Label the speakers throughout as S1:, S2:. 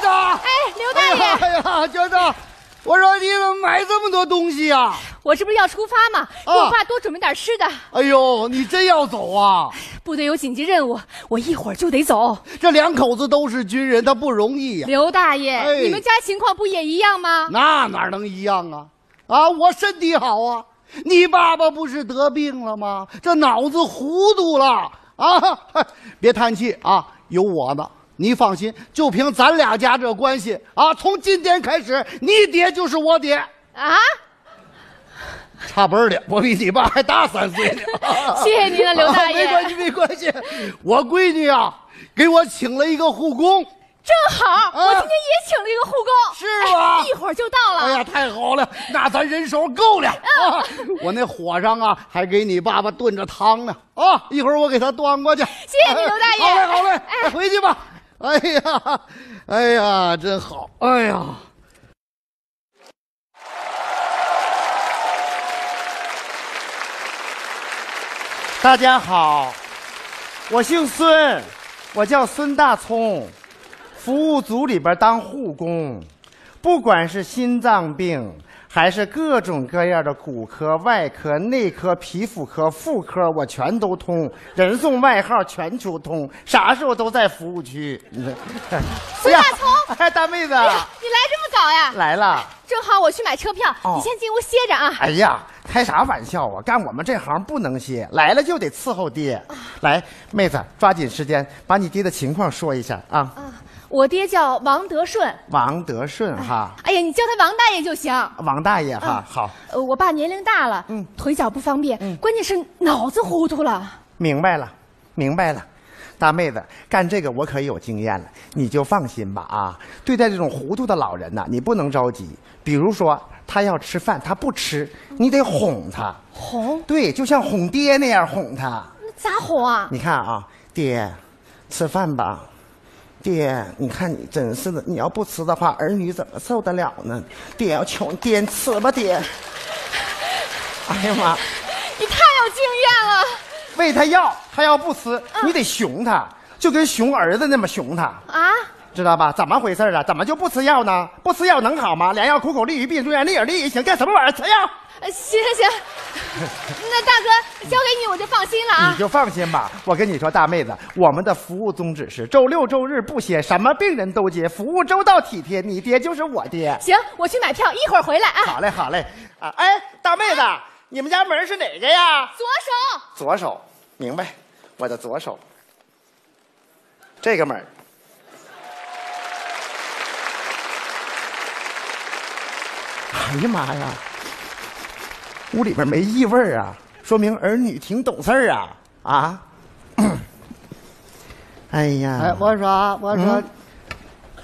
S1: 子，啊
S2: 哎，刘大爷，
S1: 哎呀，娟子，我说你怎么买这么多东西啊呀、
S2: 我这不是要出发吗？给
S1: 哦
S2: 我爸多准备点吃的，
S1: 哎呦，你真要走啊？
S2: 部队有紧急任务，我一会儿就得走。
S1: 这两口子都是军人，他不容易呀、
S2: 刘大爷，
S1: 哎
S2: 你们家情况不也一样吗？
S1: 那哪能一样啊？啊，我身体好啊，你爸爸不是得病了吗？这脑子糊涂了啊！ 别叹气啊，有我呢。你放心，就凭咱俩家这关系啊，从今天开始，你爹就是我爹，
S2: 啊，
S1: 差辈儿的，我比你爸还大三岁 呢。
S2: 谢谢您了，刘大爷
S1: 啊 没，关系，没关系。我闺女啊，给我请了一个护工。
S2: 正好
S1: 啊
S2: 我今天也请了一个护工，
S1: 是吗
S2: 哎一会儿就到
S1: 哎
S2: 了。
S1: 呀，太好了，那咱人手够了
S2: 嗯
S1: 啊！我那火上啊，还给你爸爸炖着汤呢啊！一会儿我给他端过去。谢
S2: 谢你刘大爷
S1: 好嘞，好嘞，哎回去吧。哎呀，哎呀，真好，哎呀。
S3: 大家好，我姓孙，我叫孙大聪，服务组里边当护工，不管是心脏病，还是各种各样的骨科、外科、内科、皮肤科、妇科，我全都通，人送外号“全球通”，啥时候都在服务区。你说，
S2: 孙大聪
S3: 哎呀哎，大妹子
S2: 哎呀，你来这么早呀？
S3: 来了。
S2: 正好我去买车票，
S3: 哦
S2: 你先进屋歇着啊。
S3: 哎呀，开啥玩笑啊！干我们这行不能歇，来了就得伺候爹。
S2: 啊
S3: 来，妹子，抓紧时间把你爹的情况说一下啊。
S1: 哎
S2: 啊，我爹叫王德顺，
S3: 王德顺哈，
S2: 哎呀，你叫他王大爷就行。
S3: 王大爷哈，好，
S2: 呃，我爸年龄大了，
S3: 嗯
S2: 腿脚不方便，关键是脑子糊涂了。
S3: 明白了，明白了。大妹子，干这个我可有经验了，你就放心吧啊！对待这种糊涂的老人呐、你不能着急。比如说，他要吃饭，他不吃，你得哄他。
S2: 哄？
S3: 对，就像哄爹那样哄他。
S2: 那咋哄啊？
S3: 你看啊，爹，吃饭吧。爹，你看你真是的，你要不吃的话，儿女怎么受得了呢？爹，要求你爹你吃吧，爹。 哎呀妈，
S2: 你太有经验了。
S3: 喂他药，他要不吃，你得熊他，就跟熊儿子那么熊他，
S2: 啊，
S3: 知道吧？怎么回事啊？怎么就不吃药呢？不吃药能好吗？良药苦口利于病，忠言逆耳利于行，干什么玩意儿？吃药。
S2: 呃行行，那大哥交给你我就放心了
S3: 你
S2: 啊。
S3: 就放心吧，我跟你说，大妹子，我们的服务宗旨是周六周日不歇，什么病人都接，服务周到体贴。你爹就是我爹。
S2: 行，我去买票，一会儿回来啊。
S3: 好嘞，好嘞。啊，哎，大妹子，你们家门是哪个呀？
S2: 左手，
S3: 左手，明白，我的左手，这个门儿。哎呀妈呀，屋里边没异味儿啊，说明儿女挺懂事儿啊啊！哎呀，
S1: 哎，我说，我说，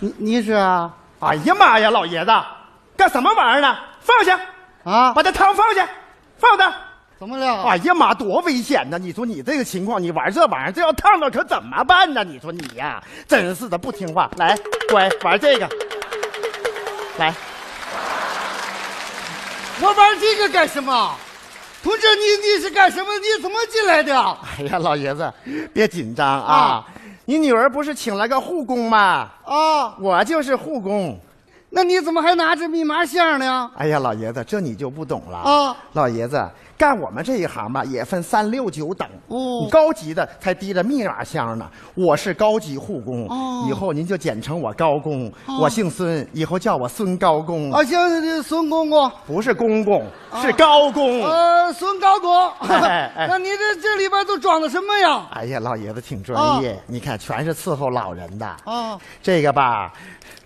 S1: 你你是啊？
S3: 哎呀妈呀，老爷子，干什么玩意儿呢？放下，
S1: 啊
S3: 把这汤放下，放那儿。
S1: 怎么了？
S3: 哎呀妈，多危险呐！你说你这个情况，你玩这玩意儿，这要烫到可怎么办呢？你说你呀、真是的，不听话。来，乖，玩这个。来，
S1: 我玩这个干什么？同志，你你是干什么？你怎么进来的？
S3: 哎呀，老爷子，别紧张啊。
S1: 啊
S3: 你女儿不是请了个护工吗？
S1: 啊，
S3: 我就是护工。
S1: 那你怎么还拿着密码箱呢？
S3: 哎呀，老爷子，这你就不懂了
S1: 啊！
S3: 老爷子，干我们这一行吧，也分三六九等。
S1: 哦
S3: 你高级的才提着密码箱呢，我是高级护工。
S1: 哦
S3: 以后您就简称我高工。我姓孙，以后叫我孙高工。
S1: 啊，行，这孙公公，
S3: 不是公公，
S1: 哦
S3: 是高工。
S1: 呃，孙高公，
S3: 嗯哎 哎
S1: 那你这这里边都装的什么呀？
S3: 哎呀，老爷子挺专
S1: 哦
S3: 业，你看全是伺候老人的。
S1: 啊，
S3: 这个吧，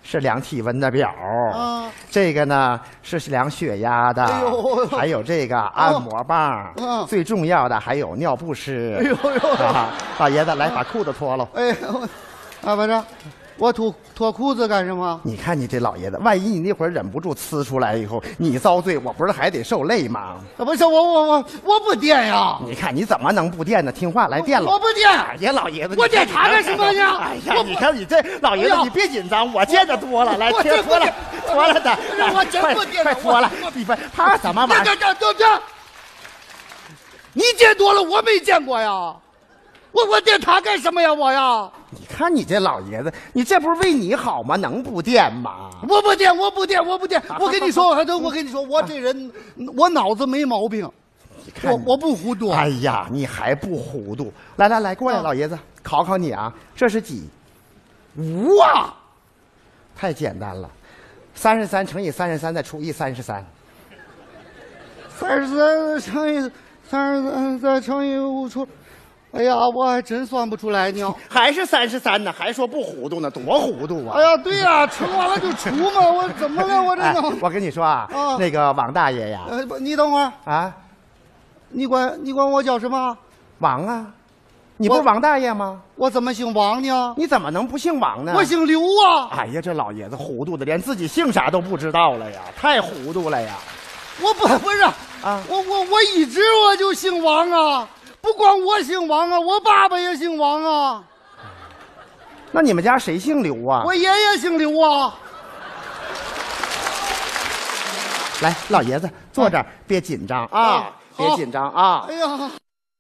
S3: 是量体温的表。
S1: 啊
S3: 这个呢是量血压的。
S1: 哎呦哦
S3: 还有这个按摩棒。
S1: 嗯
S3: 最重要的还有尿不湿。
S1: 哎呦呦
S3: 啊老爷子，来把裤子脱了。
S1: 哎，我，啊，不是，我脱脱裤子干什么？
S3: 你看你这老爷子，万一你那会儿忍不住呲出来以后，你遭罪，我不是还得受累吗？
S1: 啊不是我我我我不垫呀，
S3: 你看你怎么能不垫呢？听话，来垫了。
S1: 哦我不垫。
S3: 哎呀，老爷子，
S1: 我
S3: 你看
S1: 检查
S3: 你
S1: 干什么呀
S3: 哎呀
S1: 我，
S3: 你看你这老爷
S1: 哎
S3: 子，
S1: 呀
S3: 你别紧张，我见得多了。来，
S1: 我
S3: 贴
S1: 真不
S3: 脱了
S1: 见，
S3: 脱了的
S1: 不是，我真
S3: 快
S1: 不见
S3: 快
S1: 我
S3: 脱了，你们怕什么玩
S1: 这
S3: 意儿？
S1: 这这这这，你见多了，我没见过呀。我我点他干什么呀？我呀，
S3: 你看你这老爷子，你这不是为你好吗？能不垫吗？
S1: 我不点，我不点，我不点。我跟你说，我跟我跟你说，我这人我脑子没毛病，
S3: 看
S1: 我
S3: 你
S1: 我不糊涂。
S3: 哎呀，你还不糊涂？来来来，过来，
S1: 啊
S3: 老爷子，考考你啊，这是几？
S1: 无啊，
S3: 太简单了，三十三乘以三十三再除以三十三，
S1: 三十三乘以三十三再乘以五出，哎呀，我还真算不出来呢。
S3: 还是三十三呢？还说不糊涂呢？多糊涂啊！
S1: 哎呀，对呀、乘完了就除嘛，我怎么了？我这
S3: 哎
S1: 脑
S3: 我跟你说啊，
S1: 啊
S3: 那个王大爷呀，
S1: 呃，不，你等会儿，
S3: 啊，
S1: 你管你管我叫什么？
S3: 王啊，你不是
S1: 我
S3: 王大爷吗？
S1: 我怎么姓王呢？
S3: 你怎么能不姓王呢？
S1: 我。姓刘啊！
S3: 哎呀，这老爷子糊涂的，连自己姓啥都不知道了呀，太糊涂了呀！
S1: 我不不是
S3: 啊
S1: 我我我一直我就姓王啊，不光我姓王啊，我爸爸也姓王啊，
S3: 那你们家谁姓刘啊？
S1: 我爷爷姓刘啊。
S3: 来，老爷子坐这儿，别紧张啊
S1: 啊，
S3: 别
S1: 好
S3: 紧张啊
S1: 哎。呀，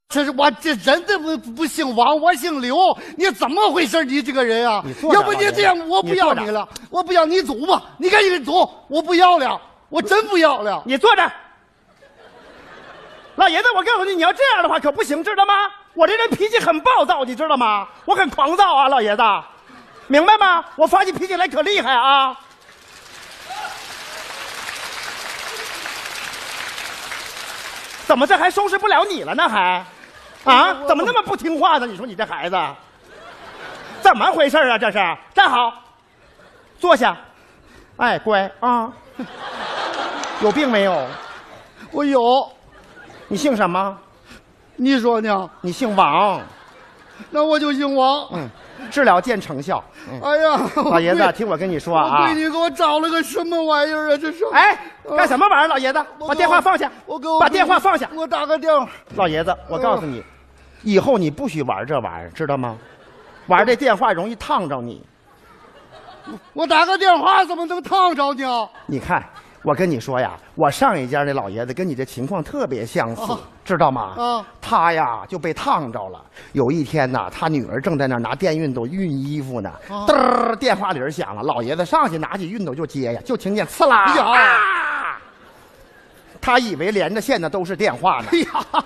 S1: 这是我这人这不不姓王，我姓刘，你怎么回事？你这个人啊
S3: 你坐，着
S1: 要不
S3: 老
S1: 你
S3: 爷
S1: 这样
S3: 子，
S1: 我不
S3: 你
S1: 要
S3: 坐着
S1: 你了，我不要你走吧，你赶紧走，我不要了，我真不要了。
S3: 你坐这儿。老爷子，我告诉你，你要这样的话可不行，知道吗？我这人脾气很暴躁，你知道吗？我很狂躁啊，老爷子，明白吗？我发起脾气来可厉害啊！怎么这还收拾不了你了呢？还，啊？怎么那么不听话呢？你说你这孩子，怎么回事啊？这是站好，坐下，哎，乖啊，有病没有？
S1: 我有，
S3: 你姓什么？
S1: 你说呢？
S3: 你姓王。
S1: 那我就姓王。
S3: 嗯，治疗见成效。嗯，
S1: 哎呀，
S3: 老爷子
S1: 我，闺
S3: 听我跟你说
S1: 我
S3: 啊
S1: 闺，女给我找了个什么玩意儿啊？这是
S3: 哎，干什么玩意儿？老爷子，把电话放下，
S1: 我给我
S3: 把电话放下。
S1: 我打个电话。
S3: 老爷子，我告诉你，以后你不许玩这玩意儿，知道吗？玩这电话容易烫着你。
S1: 我打个电话怎么能烫着呢？
S3: 你看，我跟你说呀，我上一家那老爷子跟你这情况特别相似，
S1: 哦
S3: 知道吗？
S1: 嗯
S3: 他呀就被烫着了。有一天呐，他女儿正在那儿拿电熨斗熨衣服呢，
S1: 哦
S3: 嘚儿，电话铃儿响了，老爷子上去拿起熨斗就接呀，就听见刺啦、
S1: 哎呀
S3: 啊他以为连着线的都是电话呢
S1: 哎，呀，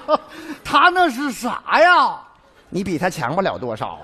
S1: 他那是啥呀？
S3: 你比他强不了多少。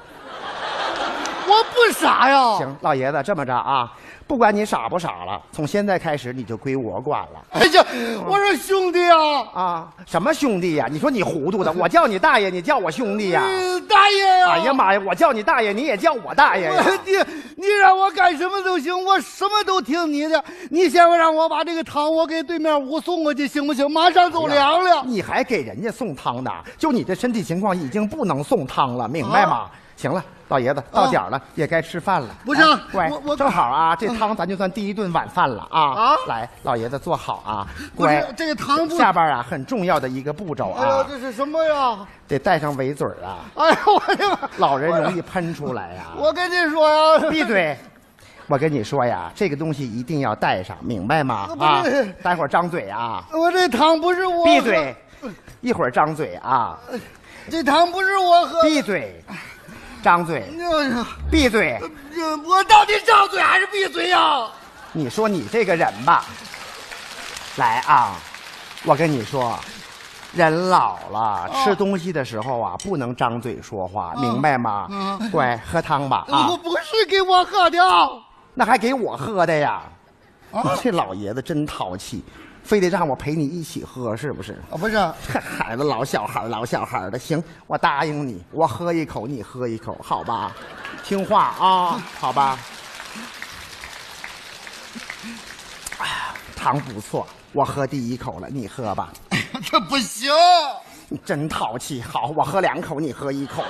S1: 我不傻呀。
S3: 行，老爷子这么着啊，不管你傻不傻了，从现在开始你就归我管了。
S1: 哎呀，我说兄弟啊，
S3: 啊，什么兄弟呀？你说你糊 涂的，我叫你大爷，你叫我兄哎弟呀？
S1: 呃大爷呀，
S3: 哎呀，妈呀，我叫你大爷，你也叫我大 爷呀？
S1: 我你你让我干什么都行，我什么都听你的。你先让我把这个糖我给对面屋送过去，行不行？马上走凉了。
S3: 哎你还给人家送汤呢？就你这身体情况，已经不能送汤了，明白吗？行了，老爷子，到点儿了，也该吃饭了。
S1: 啊不是
S3: 哎乖，
S1: 我我
S3: 正好啊，这汤咱就算第一顿晚饭了啊！
S1: 啊
S3: 来，老爷子坐好啊，
S1: 不
S3: 乖
S1: 是。这个糖不
S3: 下边啊，很重要的一个步骤
S1: 哎呀
S3: 啊，，
S1: 这是什么呀？
S3: 得带上围嘴儿啊，
S1: 哎呀，我的妈！
S3: 老人容易喷出来啊呀、
S1: 我跟你说 呀，
S3: 闭嘴！我跟你说呀，这个东西一定要带上，明白吗？啊
S1: 啊不是，
S3: 待会儿张嘴啊，
S1: 我这糖不是我
S3: 闭
S1: 喝
S3: 嘴！！一会儿张嘴啊，
S1: 这糖不是我喝的。
S3: 闭嘴！张嘴，
S1: 哎呀
S3: 闭嘴！
S1: 这我到底张嘴还是闭嘴呀？
S3: 你说你这个人吧，来啊，我跟你说，人老了，
S1: 哦
S3: 吃东西的时候啊，不能张嘴说话，明白吗？乖，喝汤吧啊
S1: 嗯我！不是给我喝的。啊
S3: 那还给我喝的呀？你
S1: 哦
S3: 这老爷子真淘气，非得让我陪你一起喝，是不是？
S1: 啊，不是，
S3: 这 孩子老小孩儿老小孩儿的，行，我答应你，我喝一口，你喝一口，好吧？听话啊，好吧？哎糖不错，我喝第一口了，你喝吧。
S1: 这不行。
S3: 你真淘气，好，我喝两口，你喝一口。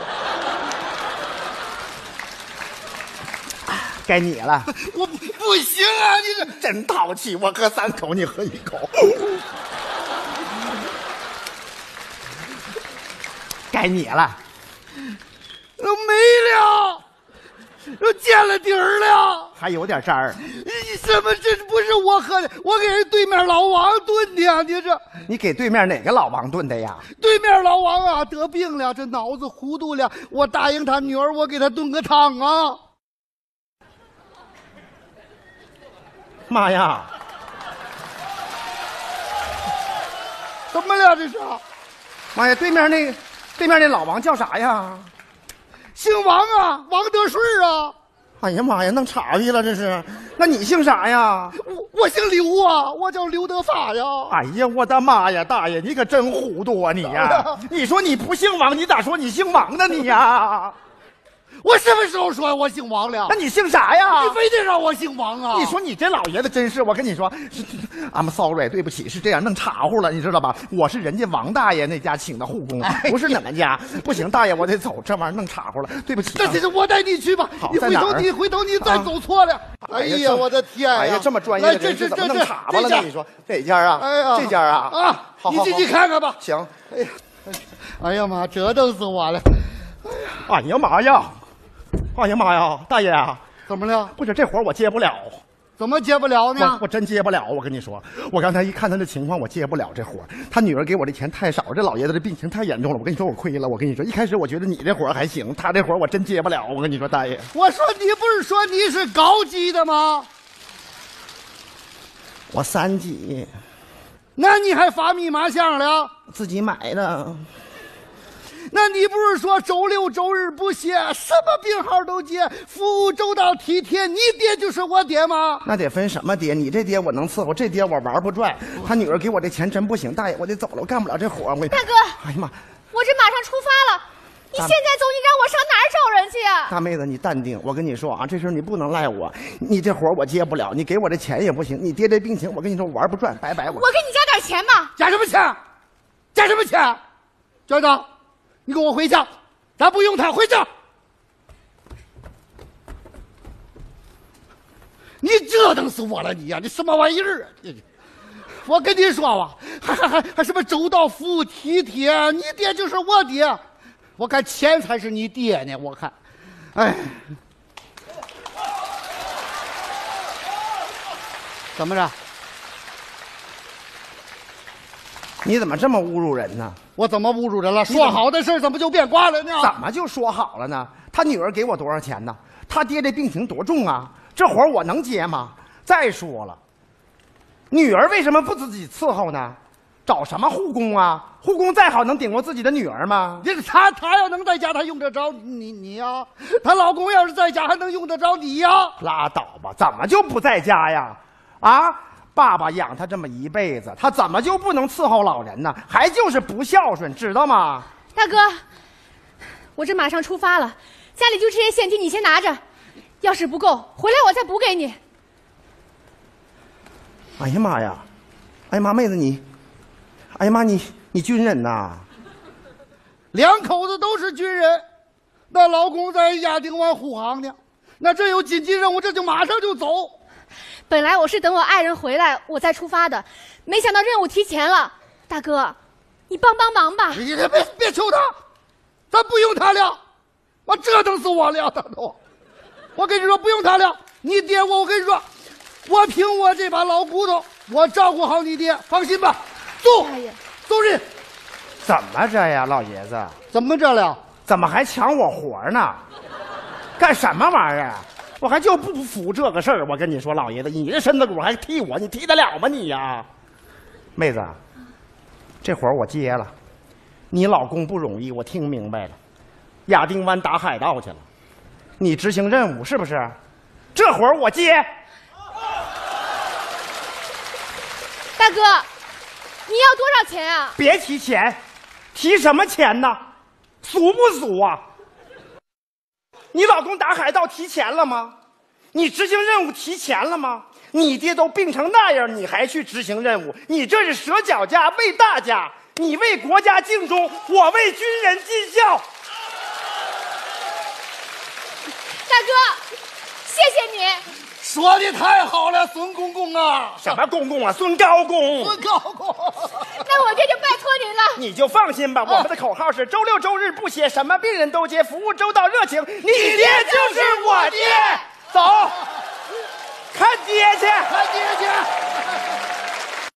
S3: 该你了，
S1: 我不不行啊！你这
S3: 真淘气，我喝三口，你喝一口。 该你了。
S1: 都没了，都见了底儿了。
S3: 还有点渣儿。
S1: 你什么？这不是我喝的，我给人对面老王炖的呀！你这
S3: 你给对面哪个老王炖的呀？
S1: 对面老王啊，得病了，这脑子糊涂了。我答应他女儿，我给他炖个汤啊。
S3: 妈呀，
S1: 怎么了？这是
S3: 妈呀，对面那对面那老王叫啥呀？
S1: 姓王啊，王德顺啊。
S3: 哎呀妈呀，弄岔劈了这是。那你姓啥呀？
S1: 我我姓刘啊，我叫刘德发呀。
S3: 哎呀，我的妈呀，大爷，你可真糊涂啊你 呀、你说你不姓王，你咋说你姓王呢你呀、
S1: 我什么时候说我姓王了
S3: 那？你姓啥呀？
S1: 你非得让我姓王啊？
S3: 你说你这老爷子真是，我跟你说是，I'm sorry，对不起，是这样弄岔乎了，你知道吧？我是人家王大爷那家请的护工，不是你们家。不行，大爷，我得走，这玩意儿弄岔乎了，对不起、啊
S1: 那这是我带你去吧
S3: 好。
S1: 你回
S3: 在哪
S1: 头
S3: 儿啊
S1: 你回头你再走错了。哎
S3: 哎呀
S1: 呀，
S3: 这
S1: 我的天呀！
S3: 哎呀，这么专业
S1: 来
S3: 的
S1: 啊这
S3: 人
S1: 这
S3: 是怎
S1: 这
S3: 么弄
S1: 这
S3: 岔巴
S1: 这
S3: 了呢？
S1: 家
S3: 你说哪家啊？
S1: 哎呀，
S3: 这家啊？
S1: 啊，
S3: 好
S1: 你
S3: 好
S1: 进去
S3: 好
S1: 看看吧。
S3: 行。
S1: 哎呀，哎呀妈，折腾死我了！
S3: 哎呀妈呀！哎呀妈呀！大爷啊，
S1: 怎么了？
S3: 不是这活儿我接不了，
S1: 怎么接不了
S3: 我
S1: 呢
S3: 我？真接不了。我跟你说，我刚才一看他的情况，我接不了这活儿。他女儿给我的钱太少，这老爷子的病情太严重了。我跟你说，我亏了。我跟你说，一开始我觉得你这活儿还行，他这活儿我真接不了。我跟你说，大爷，
S1: 我说你不是说你是高级的吗？
S3: 我三级
S1: 那你还发密麻将了？
S3: 自己买的，
S1: 那你不是说周六周日不歇，什么病号都接，服务周到体贴？你爹就是我爹吗？
S3: 那得分什么爹？你这爹我能伺候，这爹我玩不转。他女儿给我这钱真不行，大爷，我得走了，我干不了这活儿。我
S2: 嗯大哥
S3: 哎呀妈，
S2: 我这马上出发了，你现在走，你让我上哪儿找人去啊？
S3: 大妹子，你淡定，我跟你说啊，这事儿你不能赖我，你这活儿我接不了，你给我这钱也不行，你爹这病情，我跟你说我玩不转，拜拜我。
S2: 我给你加点钱吧。
S1: 加什么钱？加什么钱？娟子，你跟我回去，咱不用他，回去。你折腾死我了，你呀、你什么玩意儿啊？你我跟你说啊，还还还还什么周到服务体贴，你爹就是我爹，我看钱才是你爹呢，我看，哎，怎么着？
S3: 你怎么这么侮辱人呢？
S1: 我怎么侮辱人了？
S3: 怎
S1: 说
S3: 么
S1: 好的事儿怎么就变卦了呢？
S3: 怎么就说好了呢？他女儿给我多少钱呢？他爹这病情多重啊？这活儿我能接吗？再说了，女儿为什么不自己伺候呢？找什么护工啊？护工再好能顶过自己的女儿吗？
S1: 你他他要能在家，他用得着你你呀、她老公要是在家，还能用得着你呀、
S3: 拉倒吧，怎么就不在家呀？啊，爸爸养他这么一辈子，他怎么就不能伺候老人呢？还就是不孝顺，知道吗？
S2: 大哥，我这马上出发了，家里就这些现金，你先拿着，要是不够，回来我再补给你。
S3: 哎呀妈呀！哎呀妈，妹子你，哎呀妈你你军人呐？
S1: 两口子都是军人，那老公在亚丁湾护航呢，那这有紧急任务，这就马上就走。
S2: 本来我是等我爱人回来我再出发的，没想到任务提前了。大哥，你帮帮忙吧。
S1: 你别别别求他，咱不用他了，我折腾死我了，他都。我跟你说，不用他了，你爹我，我跟你说，我凭我这把老骨头，我照顾好你爹，放心吧。走
S2: 大爷，
S1: 走人，
S3: 怎么着呀，老爷子？
S1: 怎么着了？
S3: 怎么还抢我活儿呢？干什么玩意儿？啊我还就不服这个事儿。我跟你说，老爷子，你这身子骨还替我，你替得了吗你呀、妹子，这活儿我接了。你老公不容易，我听明白了。亚丁湾打海盗去了，你执行任务是不是？这活儿我接。
S2: 大哥，你要多少钱啊？
S3: 别提钱，提什么钱呢？俗不俗啊？你老公打海盗提钱了吗？你执行任务提前了吗？你爹都病成那样，你还去执行任务？你这是舍小家为大家，你为国家尽忠，我为军人尽孝。
S2: 大哥，谢谢你。
S1: 说的太好了，孙公公啊，
S3: 什么公公啊，孙高公，
S1: 孙高公，
S2: 那我这就拜托您了。
S3: 你就放心吧。我们的口号是周六周日不歇，什么病人都接，服务周到热情。你爹就是我爹。走。
S4: 看爹去。
S1: 看爹去。